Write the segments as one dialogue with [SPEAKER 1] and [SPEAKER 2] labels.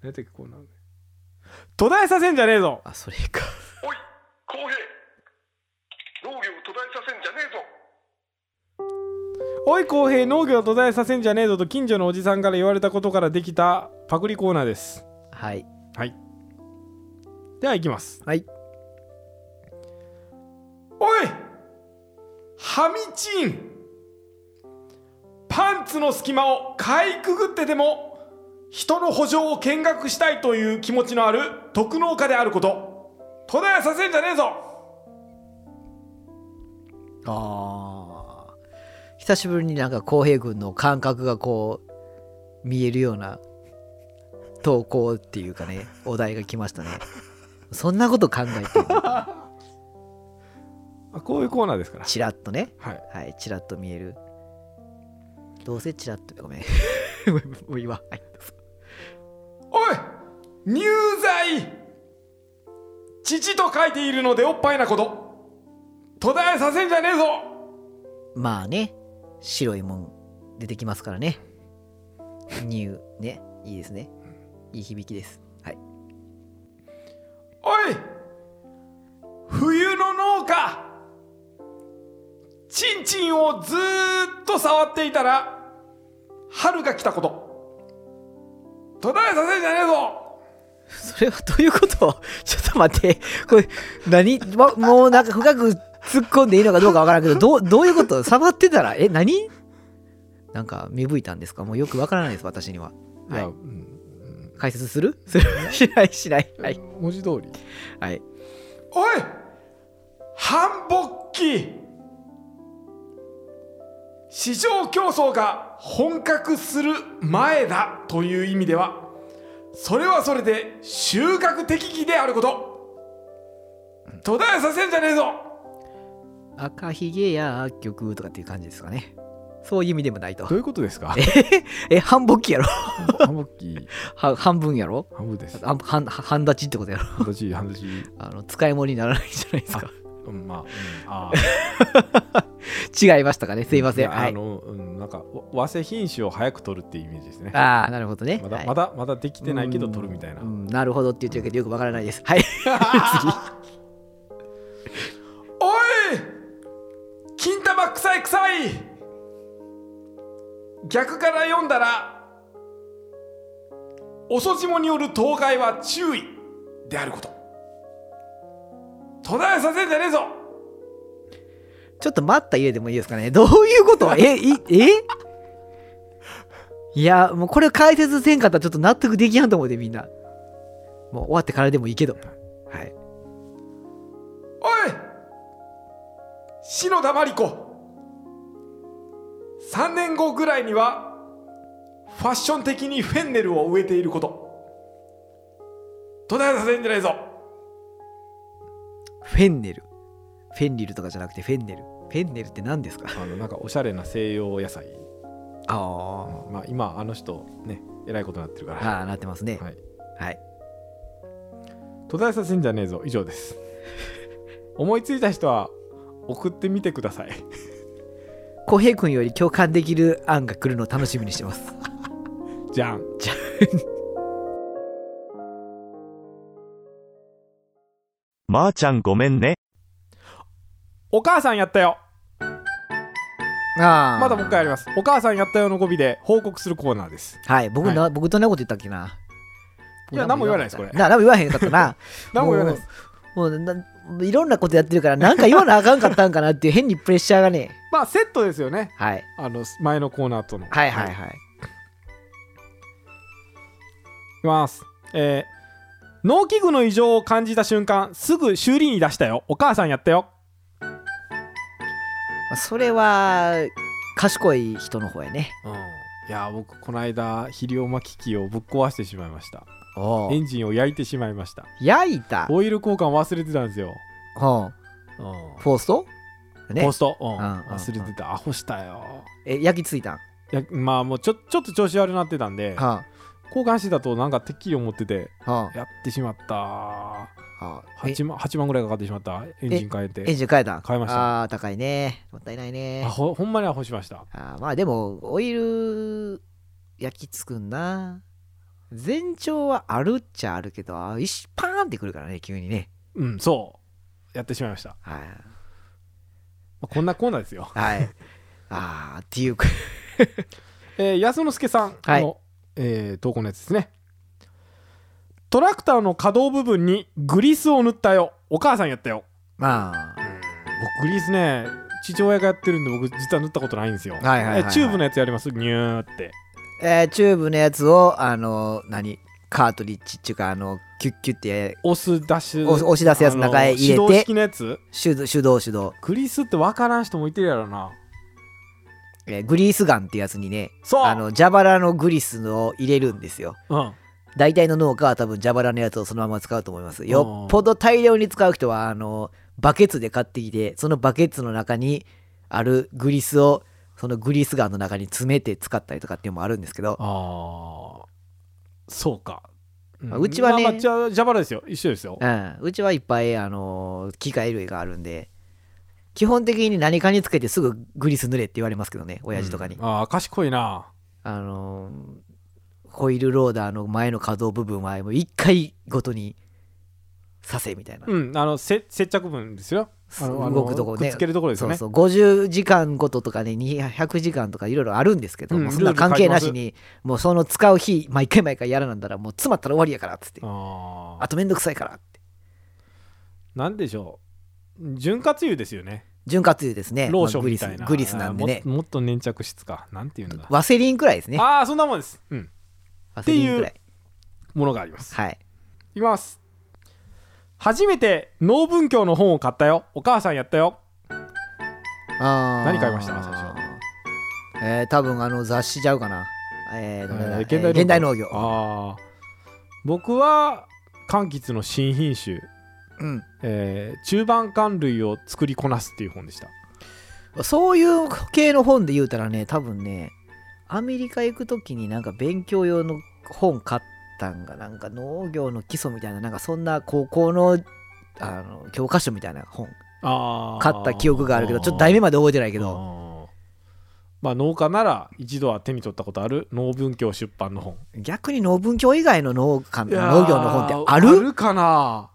[SPEAKER 1] 何やったっけコーナー途絶えさせんじゃねえぞ
[SPEAKER 2] あそれか
[SPEAKER 3] おい浩平農業を途絶えさせんじゃねえぞ
[SPEAKER 1] おい公平農業を途絶えさせんじゃねえぞと近所のおじさんから言われたことからできたパクリコーナーです
[SPEAKER 2] はい
[SPEAKER 1] はいでは行きます
[SPEAKER 2] はい
[SPEAKER 1] おいハミチンパンツの隙間をかいくぐってでも人の補助を見学したいという気持ちのある特農家であること途絶えさせんじゃねえぞ
[SPEAKER 2] あー久しぶりになんか浩平君の感覚がこう見えるような投稿っていうかねお題が来ましたねそんなこと考えてる の
[SPEAKER 1] あこういうコーナーですから
[SPEAKER 2] チラッとね
[SPEAKER 1] はい
[SPEAKER 2] はいチラッと見えるどうせチラッとごめん もう言わない
[SPEAKER 1] おい入罪父と書いているのでおっぱいなこと途絶えさせんじゃねえぞ
[SPEAKER 2] まあね白いもん出てきますからねニューねいいですねいい響きですはい
[SPEAKER 1] おい冬の農家チンチンをずーっと触っていたら春が来たこと途絶えさせんじゃねえぞ
[SPEAKER 2] それはどういうことちょっと待って。これ、何、ま、もうなんか深く突っ込んでいいのかどうかわからんけど、どう、どういうこと触ってたら、え、何なんか芽吹いたんですかもうよくわからないです、私には。はい
[SPEAKER 1] や、
[SPEAKER 2] い解説するするしない、しない。はい。
[SPEAKER 1] 文字通り
[SPEAKER 2] はい。
[SPEAKER 1] おい繁忙期市場競争が本格する前だという意味ではそれはそれで収穫適期であること途絶えさせんじゃねえぞ
[SPEAKER 2] 赤ひげ薬局とかっていう感じですかね。そういう意味で もないと。
[SPEAKER 1] いうことですか
[SPEAKER 2] え、繁忙期やろ
[SPEAKER 1] 繁忙期
[SPEAKER 2] は半分やろ
[SPEAKER 1] 半分です
[SPEAKER 2] 半、半、半立ちってことやろ
[SPEAKER 1] 半年半年
[SPEAKER 2] あの、使い物にならないじゃないですか。
[SPEAKER 1] うんまあ、うん、あ
[SPEAKER 2] 違いましたかねすいません。はい。
[SPEAKER 1] の、うん、なんか和製品種を早く取るっていうイメージですね
[SPEAKER 2] ああ、なるほどね。はい
[SPEAKER 1] だまだでき
[SPEAKER 2] うん
[SPEAKER 1] 取
[SPEAKER 2] うんなるほどって言ってるけどよくわからないですはい
[SPEAKER 1] おい金玉臭い臭い逆から読んだら遅霜による当該は注意であること途絶えさせんじゃねえぞ
[SPEAKER 2] ちょっと待った入れてもいいですかねどういうことえいえいやもうこれ解説せんかったらちょっと納得できやんと思うでみんなもう終わってからでもいいけどはい
[SPEAKER 1] おい篠田真理子3年後ぐらいにはファッション的にフェンネルを植えていること途絶えさせんじゃねえぞ
[SPEAKER 2] フェンネルフェンリルとかじゃなくてフェンネルフェンネルって何ですか
[SPEAKER 1] あのなんかおしゃれな西洋野菜、
[SPEAKER 2] あ
[SPEAKER 1] まあ、今あの人ねえらいことになってるか
[SPEAKER 2] あ
[SPEAKER 1] ら、
[SPEAKER 2] ああなってますね
[SPEAKER 1] はい、
[SPEAKER 2] はい
[SPEAKER 1] 途絶えさせんじゃねえぞ以上です 思いついた人は送ってみてください
[SPEAKER 2] 浩平君より共感できる案が来るのを楽しみにしてます
[SPEAKER 1] じゃん
[SPEAKER 4] まーちゃんごめんね。
[SPEAKER 1] お母さんやったよ
[SPEAKER 2] ああ
[SPEAKER 1] まだもう一回やりますお母さんやったよの語尾で報告するコーナーです
[SPEAKER 2] はい、僕な、僕どんなこと言ったっけな。
[SPEAKER 1] いや何も言わないですこれ
[SPEAKER 2] な、何も言わへんかったな。
[SPEAKER 1] 何も言わないです
[SPEAKER 2] もうな、いろんなことやってるから、なんか言わなあかんかったんかなっていう変にプレッシャーがね。
[SPEAKER 1] まあセットですよね
[SPEAKER 2] はい。
[SPEAKER 1] あの前のコーナーとの
[SPEAKER 2] はいはいはい。
[SPEAKER 1] いきます。えー、農機具の異常を感じた瞬間すぐ修理に出したよお母さんやったよ
[SPEAKER 2] それは、賢い人の方やね。
[SPEAKER 1] うんいやー僕この間肥料巻き機をぶっ壊してしまいました
[SPEAKER 2] お
[SPEAKER 1] エンジンを焼いてしまいました
[SPEAKER 2] 焼いた。
[SPEAKER 1] オイル交換忘れてたんですよ、
[SPEAKER 2] うん。
[SPEAKER 1] う
[SPEAKER 2] フォースト
[SPEAKER 1] ん
[SPEAKER 2] ね
[SPEAKER 1] ポス。ト、うん
[SPEAKER 2] ん
[SPEAKER 1] 忘れてたアホしたよ
[SPEAKER 2] え、焼きついたん。
[SPEAKER 1] いやまあもうちょちょっと調子悪くなってたんで
[SPEAKER 2] は
[SPEAKER 1] 交換してたとなんかてっきり思ってて
[SPEAKER 2] あ、は
[SPEAKER 1] やってしまった
[SPEAKER 2] あ、はあ。え
[SPEAKER 1] 8万 ,8 万ぐらいかかってしまったエンジン変え
[SPEAKER 2] エ
[SPEAKER 1] て
[SPEAKER 2] ンジン変えたん
[SPEAKER 1] 変えました
[SPEAKER 2] ああ、高いね。もったいないね
[SPEAKER 1] あ。ほほんまにアホしました
[SPEAKER 2] あーまあでもオイル焼きつくんな前兆はあるっちゃあるけどあ一パーンってくるからね急にね
[SPEAKER 5] うんそうやってしまいました、ま
[SPEAKER 2] はい、
[SPEAKER 5] あこんなコーナーですよ
[SPEAKER 2] はい ああっていうか
[SPEAKER 5] えー、安之助さんの、
[SPEAKER 2] はい
[SPEAKER 5] えー投稿のやつですねトラクターの可動部分にグリスを塗ったよお母さんやったよ
[SPEAKER 2] まあ
[SPEAKER 5] 僕グリスね父親がやってるんで僕実は塗ったことないんですよ、
[SPEAKER 2] いはいはいはい
[SPEAKER 5] えーチューブのやつやりますニューって
[SPEAKER 2] えーチューブのやつをあの何カートリッジっていうかあのキュッキュッて
[SPEAKER 5] 押す出し
[SPEAKER 2] 押す押し出すやつ中へ入れて
[SPEAKER 5] あの手動式のやつ
[SPEAKER 2] 手動手動手動、
[SPEAKER 5] グリスって分からん人もいてるやろな
[SPEAKER 2] えーグリースガンっていうやつにね
[SPEAKER 5] そう
[SPEAKER 2] あの蛇腹のグリスを入れるんですよ
[SPEAKER 5] うん
[SPEAKER 2] 大体の農家は多分蛇腹のやつをそのまま使うと思いますよ
[SPEAKER 5] あ
[SPEAKER 2] っ
[SPEAKER 5] ー
[SPEAKER 2] ぽど大量に使う人はあのバケツで買ってきてそのバケツの中にあるグリスをそのグリスガンの中に詰めて使ったりとかっていうのもあるんですけど
[SPEAKER 5] ああそうか、ん
[SPEAKER 2] うちはね
[SPEAKER 5] まあまあじゃじゃばらですよ一緒ですよ
[SPEAKER 2] うん、うちはいっぱい、あのー機械類があるんで基本的に何かにつけてすぐグリス塗れって言われますけどね親父とかに、
[SPEAKER 5] うんああ賢いな
[SPEAKER 2] あのーホイールローダーの前の可動部分はもう1回ごとにさせみたいな、
[SPEAKER 5] うんあのせ接着分ですよあのあの
[SPEAKER 2] 動くとこね
[SPEAKER 5] くっつけるところです
[SPEAKER 2] そ
[SPEAKER 5] よ
[SPEAKER 2] う
[SPEAKER 5] ね
[SPEAKER 2] そう50時間ごととかね200時間とかいろいろあるんですけど、
[SPEAKER 5] うん
[SPEAKER 2] もうそんな
[SPEAKER 5] ルール
[SPEAKER 2] 関
[SPEAKER 5] 変
[SPEAKER 2] 係
[SPEAKER 5] え
[SPEAKER 2] な
[SPEAKER 5] ます
[SPEAKER 2] しにもうその使う日毎回毎回やらなんだらもう詰まったら終わりやからっつって
[SPEAKER 5] あ
[SPEAKER 2] あとめんどくさいからって
[SPEAKER 5] あなんでしょう潤滑油ですよね
[SPEAKER 2] 潤滑油ですね
[SPEAKER 5] ローショ
[SPEAKER 2] まあ
[SPEAKER 5] ン
[SPEAKER 2] グリ
[SPEAKER 5] み
[SPEAKER 2] ス
[SPEAKER 5] たいな、
[SPEAKER 2] グリスなんでね
[SPEAKER 5] あーももっと粘着質かなんていうんだ
[SPEAKER 2] ワセリンくらいですね
[SPEAKER 5] ああそんなもんですうん
[SPEAKER 2] ワセリンくらい
[SPEAKER 5] ものがあります
[SPEAKER 2] はい
[SPEAKER 5] いきます初めて農文教の本を買ったよお母さんやったよ
[SPEAKER 2] あー
[SPEAKER 5] 何買いました最初
[SPEAKER 2] えー、多分あの雑誌ちゃうかなえー、どれだ、
[SPEAKER 5] えー
[SPEAKER 2] えー現代農業
[SPEAKER 5] ああ僕は柑橘の新品種、
[SPEAKER 2] うん
[SPEAKER 5] えー中盤柑類を作りこなすっていう本でした
[SPEAKER 2] そういう系の本で言うたらね多分ねアメリカ行く時になんか勉強用の本買ったんがなんか農業の基礎みたいななんかそんな高校のあの教科書みたいな本
[SPEAKER 5] あ
[SPEAKER 2] 買った記憶があるけどちょっと題名まで覚えてないけ
[SPEAKER 5] け
[SPEAKER 2] ど
[SPEAKER 5] まあ農家なら一度は手に取ったことある農文教出版の本
[SPEAKER 2] 逆に農文教以外の農家の農業の本ってある
[SPEAKER 5] かな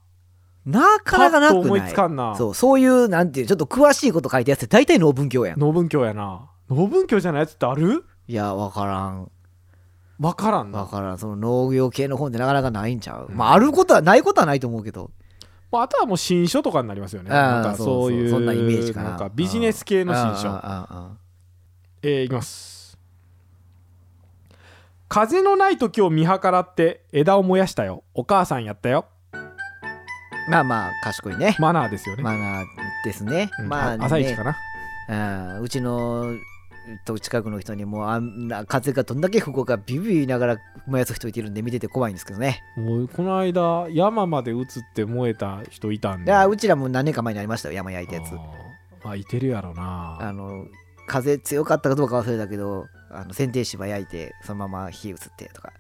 [SPEAKER 2] なかなかな
[SPEAKER 5] パッと
[SPEAKER 2] く
[SPEAKER 5] 思い
[SPEAKER 2] ない
[SPEAKER 5] つかんな
[SPEAKER 2] そうそういうなんていうちょっと詳しいこと書いてやつって大体農文教やん
[SPEAKER 5] 農文教やな農文教じゃないやつってある
[SPEAKER 2] いやわからん
[SPEAKER 5] わからんな
[SPEAKER 2] わからんその農業系の本ってなかなかないんちゃう、まああることはないことはないと思うけど
[SPEAKER 5] まあ、あとはもう新書とかになりますよね
[SPEAKER 2] あー
[SPEAKER 5] なんかそういう
[SPEAKER 2] そうそうそんなイメージかなん
[SPEAKER 5] かビジネス系の新書
[SPEAKER 2] あああああ
[SPEAKER 5] えー、いきます風のない時を見計らって枝を燃やしたよお母さんやったよ
[SPEAKER 2] あまあまあ賢いね
[SPEAKER 5] マナーですよね、
[SPEAKER 2] マナーですね、
[SPEAKER 5] うん
[SPEAKER 2] まあ、ね、
[SPEAKER 5] 朝一かな
[SPEAKER 2] うんうちのと近くの人にもうあんな風がどんだけ吹こうかビュービュー言いながら燃やす人いてるんで見てて怖いんですけどね、
[SPEAKER 5] もうこの間山まで移って燃えた人いたん
[SPEAKER 2] い
[SPEAKER 5] で
[SPEAKER 2] や
[SPEAKER 5] あ
[SPEAKER 2] うちらも何年か前にありましたよ山焼いたやつ
[SPEAKER 5] ーまあいてるやろな
[SPEAKER 2] あの風強かったかどうか忘れたけどあの剪定芝焼いてそのまま火移ってとか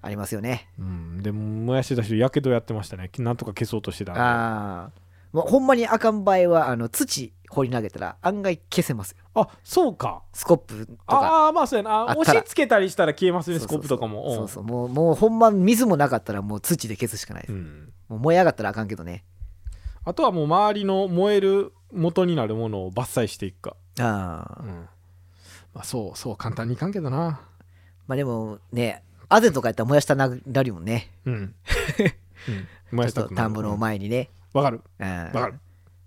[SPEAKER 2] ありますよね
[SPEAKER 5] うんでも燃やしてた人やけどやってましたねなんとか消そうとしてたんであ
[SPEAKER 2] ああもうほんまにあかん場合はあの土掘り投げたら案外消せますよ
[SPEAKER 5] そうか
[SPEAKER 2] スコップとか
[SPEAKER 5] ああーまあそうやな
[SPEAKER 2] あったら
[SPEAKER 5] 押し付けたりしたら消えます
[SPEAKER 2] そ
[SPEAKER 5] ね
[SPEAKER 2] う
[SPEAKER 5] ス
[SPEAKER 2] そうそ
[SPEAKER 5] コ
[SPEAKER 2] う
[SPEAKER 5] ップとかも
[SPEAKER 2] そうそうもうもうほんま水もなかったらもう土で消すしかないです、
[SPEAKER 5] うんうん
[SPEAKER 2] もう燃え上がったらあかんけどね
[SPEAKER 5] あとはもう周りの燃える元になるものを伐採していくか
[SPEAKER 2] ああ
[SPEAKER 5] うんまあそうそう簡単にいかんけどな
[SPEAKER 2] まあでもねアゼとかやったら燃やしたななるもんね
[SPEAKER 5] うん、うん、燃やし
[SPEAKER 2] ちょ
[SPEAKER 5] た
[SPEAKER 2] っ
[SPEAKER 5] く
[SPEAKER 2] と
[SPEAKER 5] な
[SPEAKER 2] 田
[SPEAKER 5] る
[SPEAKER 2] んぼの前にね
[SPEAKER 5] わかる
[SPEAKER 2] うん
[SPEAKER 5] わかる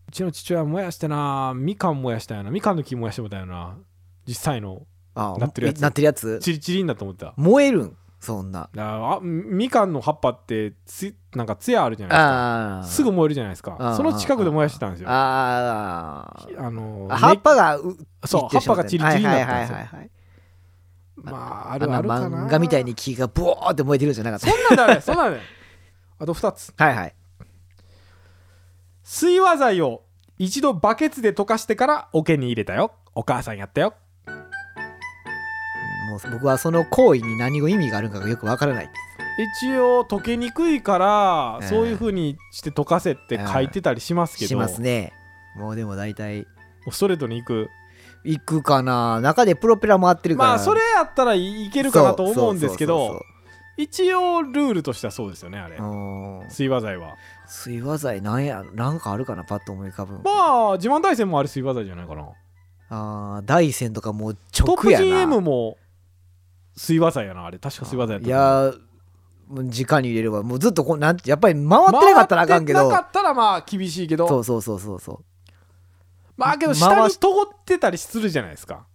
[SPEAKER 5] うちの父親燃やしてなみかん燃やしたよなみかんの木燃やしてもたよな実際の
[SPEAKER 2] ああ
[SPEAKER 5] なってるやつ
[SPEAKER 2] なってるやつ
[SPEAKER 5] チリチリになって思ってた
[SPEAKER 2] 燃えるんそんな
[SPEAKER 5] ああみかんの葉っぱってつなんか艶あるじゃない
[SPEAKER 2] あ
[SPEAKER 5] で
[SPEAKER 2] あ
[SPEAKER 5] すかすぐ燃えるじゃないです
[SPEAKER 2] あ
[SPEAKER 5] か
[SPEAKER 2] ー
[SPEAKER 5] その近くで燃やしてたんですよあ
[SPEAKER 2] あー
[SPEAKER 5] の
[SPEAKER 2] あ葉っぱがう
[SPEAKER 5] ねそう
[SPEAKER 2] 散
[SPEAKER 5] 葉
[SPEAKER 2] って
[SPEAKER 5] っ
[SPEAKER 2] しまう
[SPEAKER 5] ぱがチリチリになったん
[SPEAKER 2] はいは
[SPEAKER 5] で
[SPEAKER 2] い
[SPEAKER 5] す
[SPEAKER 2] はいは
[SPEAKER 5] よ
[SPEAKER 2] いはい
[SPEAKER 5] まああ
[SPEAKER 2] あ
[SPEAKER 5] るあるか
[SPEAKER 2] の
[SPEAKER 5] な
[SPEAKER 2] 漫画みたいに木がブワーって燃えてるんじゃなかった
[SPEAKER 5] そんなんだねそんなんだねあと2つ
[SPEAKER 2] はいはい
[SPEAKER 5] 水和剤を一度バケツで溶かしてから桶に入れたよお母さんやったよ
[SPEAKER 2] もう僕はその行為に何が意味があるのかがよくわからない
[SPEAKER 5] 一応溶けにくいから、
[SPEAKER 2] ええ
[SPEAKER 5] そういう風にして溶かせって書いてたりしますけど、
[SPEAKER 2] しますねもうでも大体
[SPEAKER 5] もうストレートに行く
[SPEAKER 2] 行くかな中でプロペラ回ってるから
[SPEAKER 5] まあそれやったらいいけるかなと思うんですけ
[SPEAKER 2] そう
[SPEAKER 5] ど一応ルールとしてはそうですよねあれ
[SPEAKER 2] うん
[SPEAKER 5] 水和剤は
[SPEAKER 2] 水和剤なんやなんかあるかなパッと思い浮かぶん
[SPEAKER 5] まあ自慢大戦もあれ水和剤じゃないかな
[SPEAKER 2] あー大山とかもう
[SPEAKER 5] トッ
[SPEAKER 2] 直
[SPEAKER 5] プ
[SPEAKER 2] やな
[SPEAKER 5] GM も水和剤やなあれ確か水和剤やった
[SPEAKER 2] いやーもう直に入れればもうずっとこうなんてやっぱり回ってなかったらあかんけ
[SPEAKER 5] 回っ
[SPEAKER 2] ど
[SPEAKER 5] てなかったらまあ厳しいけ
[SPEAKER 2] そ
[SPEAKER 5] ど
[SPEAKER 2] うそうそうそうそう
[SPEAKER 5] まあけど下
[SPEAKER 2] 回
[SPEAKER 5] に
[SPEAKER 2] し
[SPEAKER 5] とごってたりするじゃないですか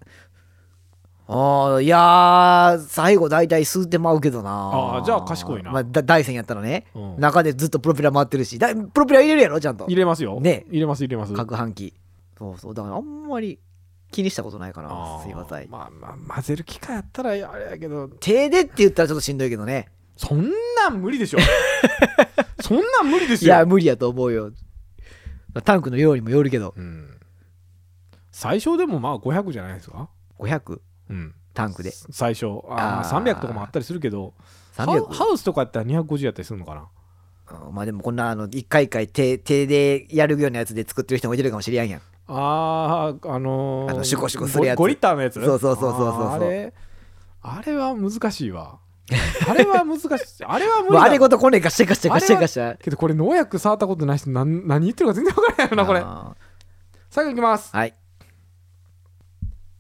[SPEAKER 2] あーいやー最後大体吸ってまうけどな
[SPEAKER 5] あーじゃあ賢いな
[SPEAKER 2] まあ、だ大戦やったらね、
[SPEAKER 5] うん
[SPEAKER 2] 中でずっとプロペラ回ってるしだプロペラ入れるやろちゃんと
[SPEAKER 5] 入れますよ
[SPEAKER 2] ね
[SPEAKER 5] 入れます入れます
[SPEAKER 2] 攪拌機そうそうだからあんまり気にしたことないかな
[SPEAKER 5] あー
[SPEAKER 2] 水和剤、
[SPEAKER 5] まあまあ混ぜる機会やったらあれやけど
[SPEAKER 2] 手でって言ったらちょっとしんどいけどね
[SPEAKER 5] そんなん無理 でしょそんなん無理です
[SPEAKER 2] いや
[SPEAKER 5] よ、
[SPEAKER 2] 無理やと思うよタンクの量にもよるけど
[SPEAKER 5] うん、最小でもまあ500じゃないですか
[SPEAKER 2] 500
[SPEAKER 5] うん
[SPEAKER 2] タンクで
[SPEAKER 5] 最初あー
[SPEAKER 2] あー
[SPEAKER 5] 300とかもあったりするけどハウ
[SPEAKER 2] 300
[SPEAKER 5] ハウスとかやったら250やったりするのかな
[SPEAKER 2] うんまあでもこんなあの一回一回手手でやるようなやつで作ってる人もいてるかもしれんやん
[SPEAKER 5] あーあのー、
[SPEAKER 2] あのシュコシュコするやつ
[SPEAKER 5] ご 5, リッターのやつ
[SPEAKER 2] そうそうそうそうそうそう
[SPEAKER 5] あーあれあれは難しいわあれは難しいあれは無
[SPEAKER 2] も
[SPEAKER 5] 理
[SPEAKER 2] う
[SPEAKER 5] だ
[SPEAKER 2] あれごとこねかしてかしてかしてかしゃ
[SPEAKER 5] けどこれ農薬触ったことない人 何何言ってるか全然分からないよなこれ
[SPEAKER 2] あ
[SPEAKER 5] 最後いきます
[SPEAKER 2] ーはい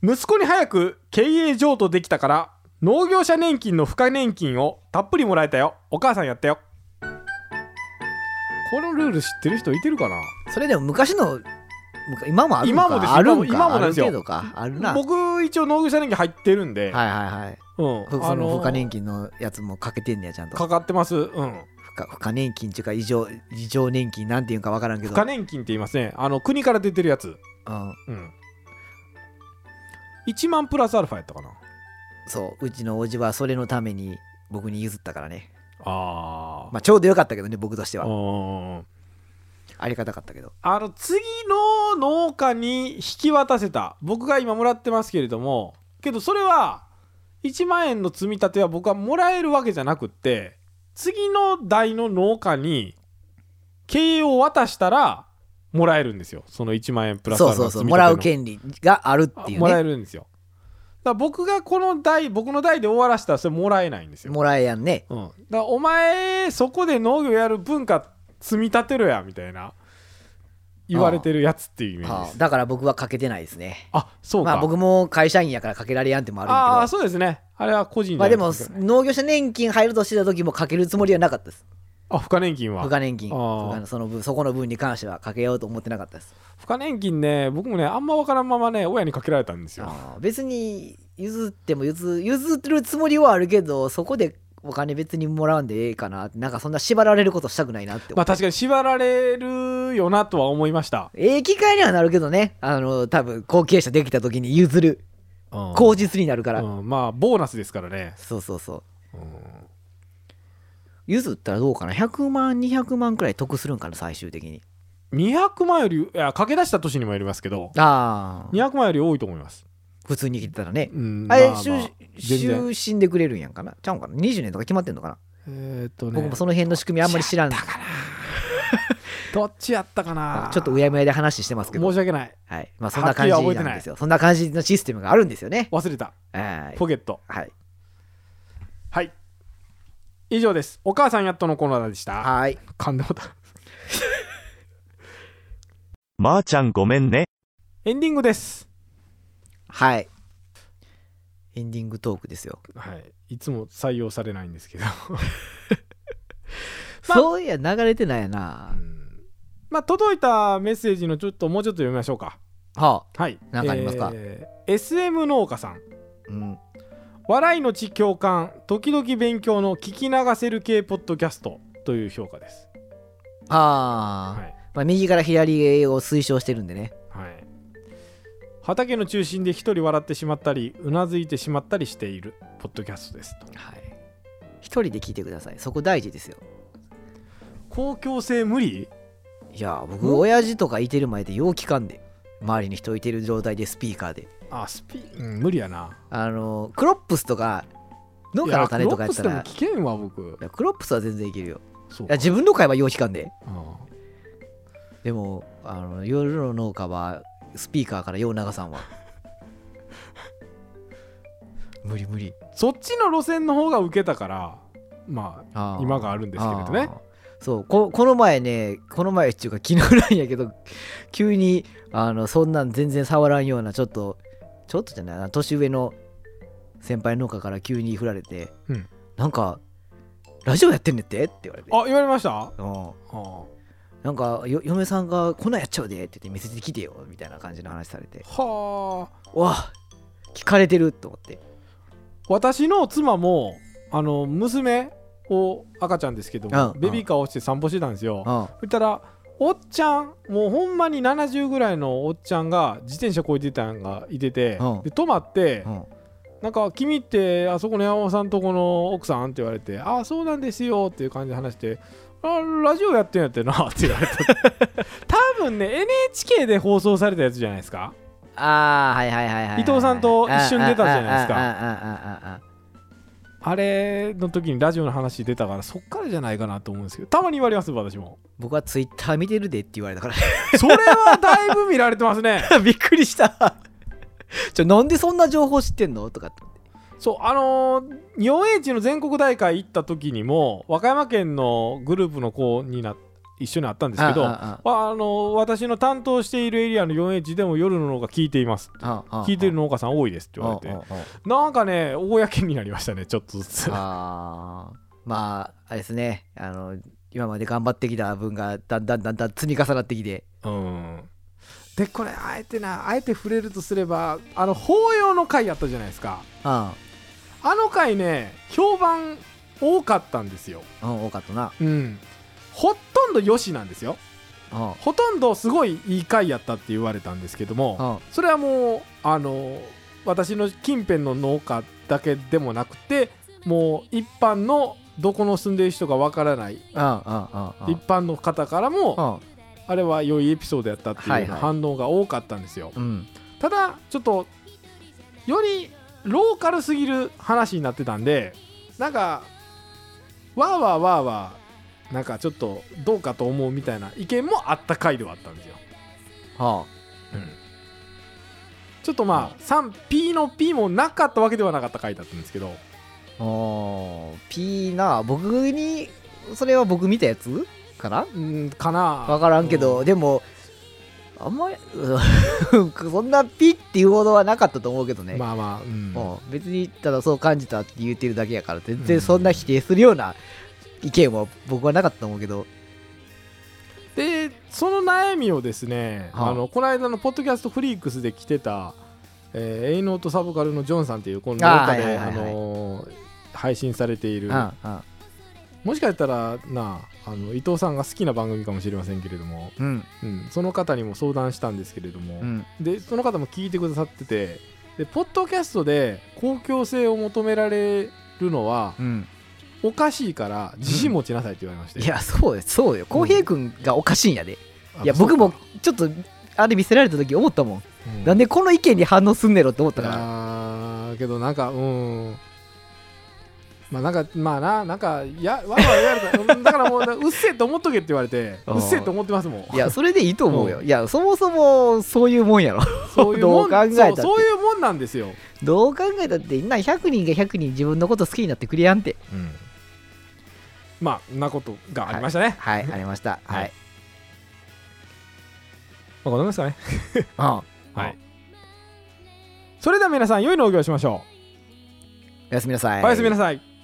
[SPEAKER 5] 息子に早く経営譲渡できたから農業者年金の付加年金をたっぷりもらえたよお母さんやったよこのルール知ってる人いてるかな
[SPEAKER 2] それでも昔の昔今もあるのか
[SPEAKER 5] 今もです
[SPEAKER 2] あるんか
[SPEAKER 5] 今も今もなんですよ
[SPEAKER 2] あるけどかあるなはい
[SPEAKER 5] 僕一応農業者年金入ってるんで、
[SPEAKER 2] はいはい
[SPEAKER 5] うん
[SPEAKER 2] そその
[SPEAKER 5] ー
[SPEAKER 2] 付加年金のやつもかけてんねやちゃんと
[SPEAKER 5] かかってますうん
[SPEAKER 2] 付加付加年金っていうか異常異常年金なんていうんかわからんけど
[SPEAKER 5] 付加年金って言いますねあの国から出てるやつ
[SPEAKER 2] うん
[SPEAKER 5] うん1万プラスアルファやったかな
[SPEAKER 2] そううちのおじはそれのために僕に譲ったからね
[SPEAKER 5] あ
[SPEAKER 2] まあちょうどよかったけどね僕として
[SPEAKER 5] あ
[SPEAKER 2] は
[SPEAKER 5] うん
[SPEAKER 2] ありがたかったけど
[SPEAKER 5] あの次の農家に引き渡せた僕が今もらってますけれどもけどそれは1万円の積み立ては僕はもらえるわけじゃなくって次の代の農家に経営を渡したらもらえるんですよその1万円プラス
[SPEAKER 2] そう
[SPEAKER 5] アルファ
[SPEAKER 2] そ
[SPEAKER 5] の
[SPEAKER 2] うそ
[SPEAKER 5] 積
[SPEAKER 2] う
[SPEAKER 5] み
[SPEAKER 2] もらう
[SPEAKER 5] 立ての
[SPEAKER 2] 権利があるっていう
[SPEAKER 5] もらえ
[SPEAKER 2] ね
[SPEAKER 5] るんですよだから僕がこの代僕の代で終わらせたらそれもらえないんですよ
[SPEAKER 2] もらえやんね
[SPEAKER 5] うん、だからお前そこで農業やる文化積み立てろやみたいな言われてるやつっていうイメージ
[SPEAKER 2] は
[SPEAKER 5] で
[SPEAKER 2] あ
[SPEAKER 5] す
[SPEAKER 2] だから僕はかけてないですね
[SPEAKER 5] あそうか、
[SPEAKER 2] まあ僕も会社員やからかけられやんってもあるんやけど
[SPEAKER 5] ああそうですねあれは個人
[SPEAKER 2] まあでも
[SPEAKER 5] じゃない
[SPEAKER 2] 農業者年金入るとしてた時もかけるつもりはなかったです
[SPEAKER 5] あ付加年金は
[SPEAKER 2] 付加年金
[SPEAKER 5] あー
[SPEAKER 2] 付加その分そこの分に関してはかけようと思ってなかったです
[SPEAKER 5] 付加年金ね僕もねあんま分からんままね親にかけられたんですよ
[SPEAKER 2] あー別に譲っても譲譲ってるつもりはあるけどそこでお金別にもらうんでええかななんかそんな縛られることしたくないなって思
[SPEAKER 5] ま
[SPEAKER 2] う、
[SPEAKER 5] あ確かに縛られるよなとは思いました、
[SPEAKER 2] ええ機会にはなるけどねあの多分後継者できた時に譲る
[SPEAKER 5] うん
[SPEAKER 2] 口実になるから、
[SPEAKER 5] うんまあボーナスですからね
[SPEAKER 2] そうそうそう譲ったらどうかな100万200万くらい得するんかな最終的に
[SPEAKER 5] 200万よりいや駆け出した年にもよりますけど
[SPEAKER 2] ああ
[SPEAKER 5] 200万より多いと思います
[SPEAKER 2] 普通に切ったらね、
[SPEAKER 5] うん
[SPEAKER 2] あれ、
[SPEAKER 5] まあまあ
[SPEAKER 2] 終
[SPEAKER 5] 全然
[SPEAKER 2] 終身でくれるんやんかなちゃうんかな20年とか決まってんのかな、
[SPEAKER 5] えーっとね
[SPEAKER 2] 僕もその辺の仕組みあんまり知らん
[SPEAKER 5] どっちやったかな
[SPEAKER 2] ちょっとうやむやで話してますけど
[SPEAKER 5] 申し訳ない
[SPEAKER 2] はいまあそんな感じ
[SPEAKER 5] はっきりは覚えて
[SPEAKER 2] な
[SPEAKER 5] ない
[SPEAKER 2] んですよそんな感じのシステムがあるんですよね
[SPEAKER 5] 忘れた
[SPEAKER 2] はい
[SPEAKER 5] ポケット
[SPEAKER 2] はい
[SPEAKER 5] はい以上ですお母さんやっとのコーナーでした
[SPEAKER 2] はい
[SPEAKER 5] 噛んでも た
[SPEAKER 4] まーちゃんごめんね。
[SPEAKER 5] エンディングです
[SPEAKER 2] はいエンディングトークですよ、
[SPEAKER 5] はいいつも採用されないんですけど まあ
[SPEAKER 2] そういや流れてないやな、
[SPEAKER 5] うんまあ届いたメッセージのちょっともうちょっと読みましょうか
[SPEAKER 2] はあ
[SPEAKER 5] はい
[SPEAKER 2] なんかありますか
[SPEAKER 5] えー SM 農家さん
[SPEAKER 2] うん
[SPEAKER 5] 笑いのち共感時々勉強の聞き流せる系ポッドキャストという評価です
[SPEAKER 2] あー、
[SPEAKER 5] はい
[SPEAKER 2] まあ、右から左を推奨してるんでね
[SPEAKER 5] はい、畑の中心で一人笑ってしまったりうなずいてしまったりしているポッドキャストですと
[SPEAKER 2] はい一人で聞いてくださいそこ大事ですよ
[SPEAKER 5] 公共性無理
[SPEAKER 2] いや
[SPEAKER 5] う
[SPEAKER 2] 僕
[SPEAKER 5] ん
[SPEAKER 2] 親父とかいてる前でよう聞かんで周りに人いてる状態でスピーカーで
[SPEAKER 5] あスピ、うん、無理やな
[SPEAKER 2] あのクロップスとか農家の種とかやったらい
[SPEAKER 5] い
[SPEAKER 2] や
[SPEAKER 5] やクロップスでも危険わ僕
[SPEAKER 2] クロップスは全然いけるよ
[SPEAKER 5] そう
[SPEAKER 2] いや自分の会はよう聞かんで
[SPEAKER 5] あ
[SPEAKER 2] でもあの夜の農家はスピーカーからよう長さん は無理無理
[SPEAKER 5] あそっちの路線の方がウケたからま
[SPEAKER 2] あ
[SPEAKER 5] あ
[SPEAKER 2] ー
[SPEAKER 5] 今があるんですけれどね
[SPEAKER 2] あーそうここの前ねこの前っていうか昨日なんやけど 急にあのそんなん全然触らんようなちょっとちょっとじゃないな年上の先輩農家から急に振られて、
[SPEAKER 5] うん
[SPEAKER 2] なんかラジオやってんねってって言われて
[SPEAKER 5] あ言われましたあ
[SPEAKER 2] うん
[SPEAKER 5] ー
[SPEAKER 2] なんかよ嫁さんがこんなんやっちゃうでって言って見せてきてよみたいな感じの話されて
[SPEAKER 5] はあ
[SPEAKER 2] わあ聞かれてると思って
[SPEAKER 5] 私の妻もあの娘を赤ちゃんですけども
[SPEAKER 2] うん
[SPEAKER 5] ベビーカーを押して散歩してたんですよ
[SPEAKER 2] うん
[SPEAKER 5] そしたらおっちゃんもうほんまに70ぐらいのおっちゃんが自転車こいでたんがいてて、
[SPEAKER 2] うん
[SPEAKER 5] で止まって、
[SPEAKER 2] うん
[SPEAKER 5] なんか「君ってあそこの山本さんとこの奥さん?」って言われて「ああそうなんですよ」っていう感じで話して「あラジオやってんやってな」って 言われて多分ね NHK で放送されたやつじゃないですか
[SPEAKER 2] ああはいはいはいはいはい
[SPEAKER 5] 伊藤さんと一緒に出たじゃないです
[SPEAKER 2] あああ
[SPEAKER 5] か
[SPEAKER 2] ああああ
[SPEAKER 5] あれの時にラジオの話出たからそっからじゃないかなと思うんですけどたまに言われます 私も
[SPEAKER 2] 僕はツイッター見てるでって言われたか
[SPEAKER 5] それはだいぶ見られてますね
[SPEAKER 2] ら びっくりした ちょなんでそんな情報知ってんのとかって
[SPEAKER 5] そうあのー、4H の全国大会行った時にも和歌山県のグループの子にな一緒に会ったんですけど
[SPEAKER 2] ああ
[SPEAKER 5] あのー私の担当しているエリアの 4H でも夜の農家聞いています
[SPEAKER 2] あああ
[SPEAKER 5] 聞いてる農家さん多いですって言われ
[SPEAKER 2] あ
[SPEAKER 5] て
[SPEAKER 2] ああ
[SPEAKER 5] なんかね公になりましたねちょっとず つ
[SPEAKER 2] あーまああれですねあの今まで頑張ってきた分がだんだんだんだん積み重なってきて
[SPEAKER 5] うんでこれあえてなあえて触れるとすればあの法要の会やったじゃないですか
[SPEAKER 2] うん
[SPEAKER 5] あの回ね評判多かったんですよ
[SPEAKER 2] うん多かったな
[SPEAKER 5] うんほとんどよしなんですよ
[SPEAKER 2] うん
[SPEAKER 5] ほとんどすごいいい回やったって言われたんですけども
[SPEAKER 2] うん
[SPEAKER 5] それはもうあの私の近辺の農家だけでもなくてもう一般のどこの住んでる人がわからない
[SPEAKER 2] うんうんうんうん
[SPEAKER 5] 一般の方からも
[SPEAKER 2] うん
[SPEAKER 5] あれは良いエピソードやったっていうような
[SPEAKER 2] はいはい
[SPEAKER 5] 反応が多かったんですよ
[SPEAKER 2] うん
[SPEAKER 5] ただちょっとよりローカルすぎる話になってたんでなんかわーわーわーわーなんかちょっとどうかと思うみたいな意見もあった回ではあったんですよ
[SPEAKER 2] は
[SPEAKER 5] ちょっとまあ 3P の P もなかったわけではなかった回だったんですけど
[SPEAKER 2] あおーピーな僕にそれは僕見たやつかな
[SPEAKER 5] うんかな
[SPEAKER 2] 分からんけど、
[SPEAKER 5] う
[SPEAKER 2] でもあんまり うんそんなピッっていうほどはなかったと思うけどね、
[SPEAKER 5] まあまあ、うん
[SPEAKER 2] うん別にただそう感じたって言ってるだけやから全然そんな否定するような意見は僕はなかったと思うけど、
[SPEAKER 5] でその悩みをですね、
[SPEAKER 2] はあ
[SPEAKER 5] あ、のこの間の「ポッドキャストフリークス」で来てた、えー、エイノートサブカルのジョンさんっていうこの
[SPEAKER 2] あー
[SPEAKER 5] 中で
[SPEAKER 2] はい
[SPEAKER 5] あ
[SPEAKER 2] はいはいはい
[SPEAKER 5] のー配信されている、
[SPEAKER 2] うんうん
[SPEAKER 5] もしかしたらなあの伊藤さんが好きな番組かもしれませんけれども、
[SPEAKER 2] うん
[SPEAKER 5] うん、その方にも相談したんですけれども、
[SPEAKER 2] うん
[SPEAKER 5] でその方も聞いてくださっててでポッドキャストで公共性を求められるのは
[SPEAKER 2] うん
[SPEAKER 5] おかしいから自信持ちなさいって言われまして、
[SPEAKER 2] いやそうよそうよ浩平君がおかしいんやで、
[SPEAKER 5] あ
[SPEAKER 2] いや
[SPEAKER 5] そうか
[SPEAKER 2] 僕もちょっとあれ見せられた時思ったもん、
[SPEAKER 5] うん
[SPEAKER 2] なんでこの意見に反応すんねろって思ったから
[SPEAKER 5] あーけどなんかうんまあなんかまあななんかいやわざわざ言われたうんだからもうなうっせえと思っとけって言わ れて
[SPEAKER 2] あー
[SPEAKER 5] うっせえと思ってますもん
[SPEAKER 2] いやそれでいいと思う
[SPEAKER 5] う
[SPEAKER 2] よいやそもそもそういうもんやろ
[SPEAKER 5] そういうも
[SPEAKER 2] どう考
[SPEAKER 5] ん
[SPEAKER 2] えたって
[SPEAKER 5] そうそういうもんなんですよ、
[SPEAKER 2] どう考えたってな100人が100人自分のこと好きになってくれやんって
[SPEAKER 5] まあんなことがありましたね、
[SPEAKER 2] はいありましたはい、
[SPEAKER 5] はいまあ、こんなもんですかね
[SPEAKER 2] うん
[SPEAKER 5] はいそれでは皆さん良い農業をしましょ
[SPEAKER 2] おやすみなさ
[SPEAKER 5] う、
[SPEAKER 2] い
[SPEAKER 5] おやすみなさい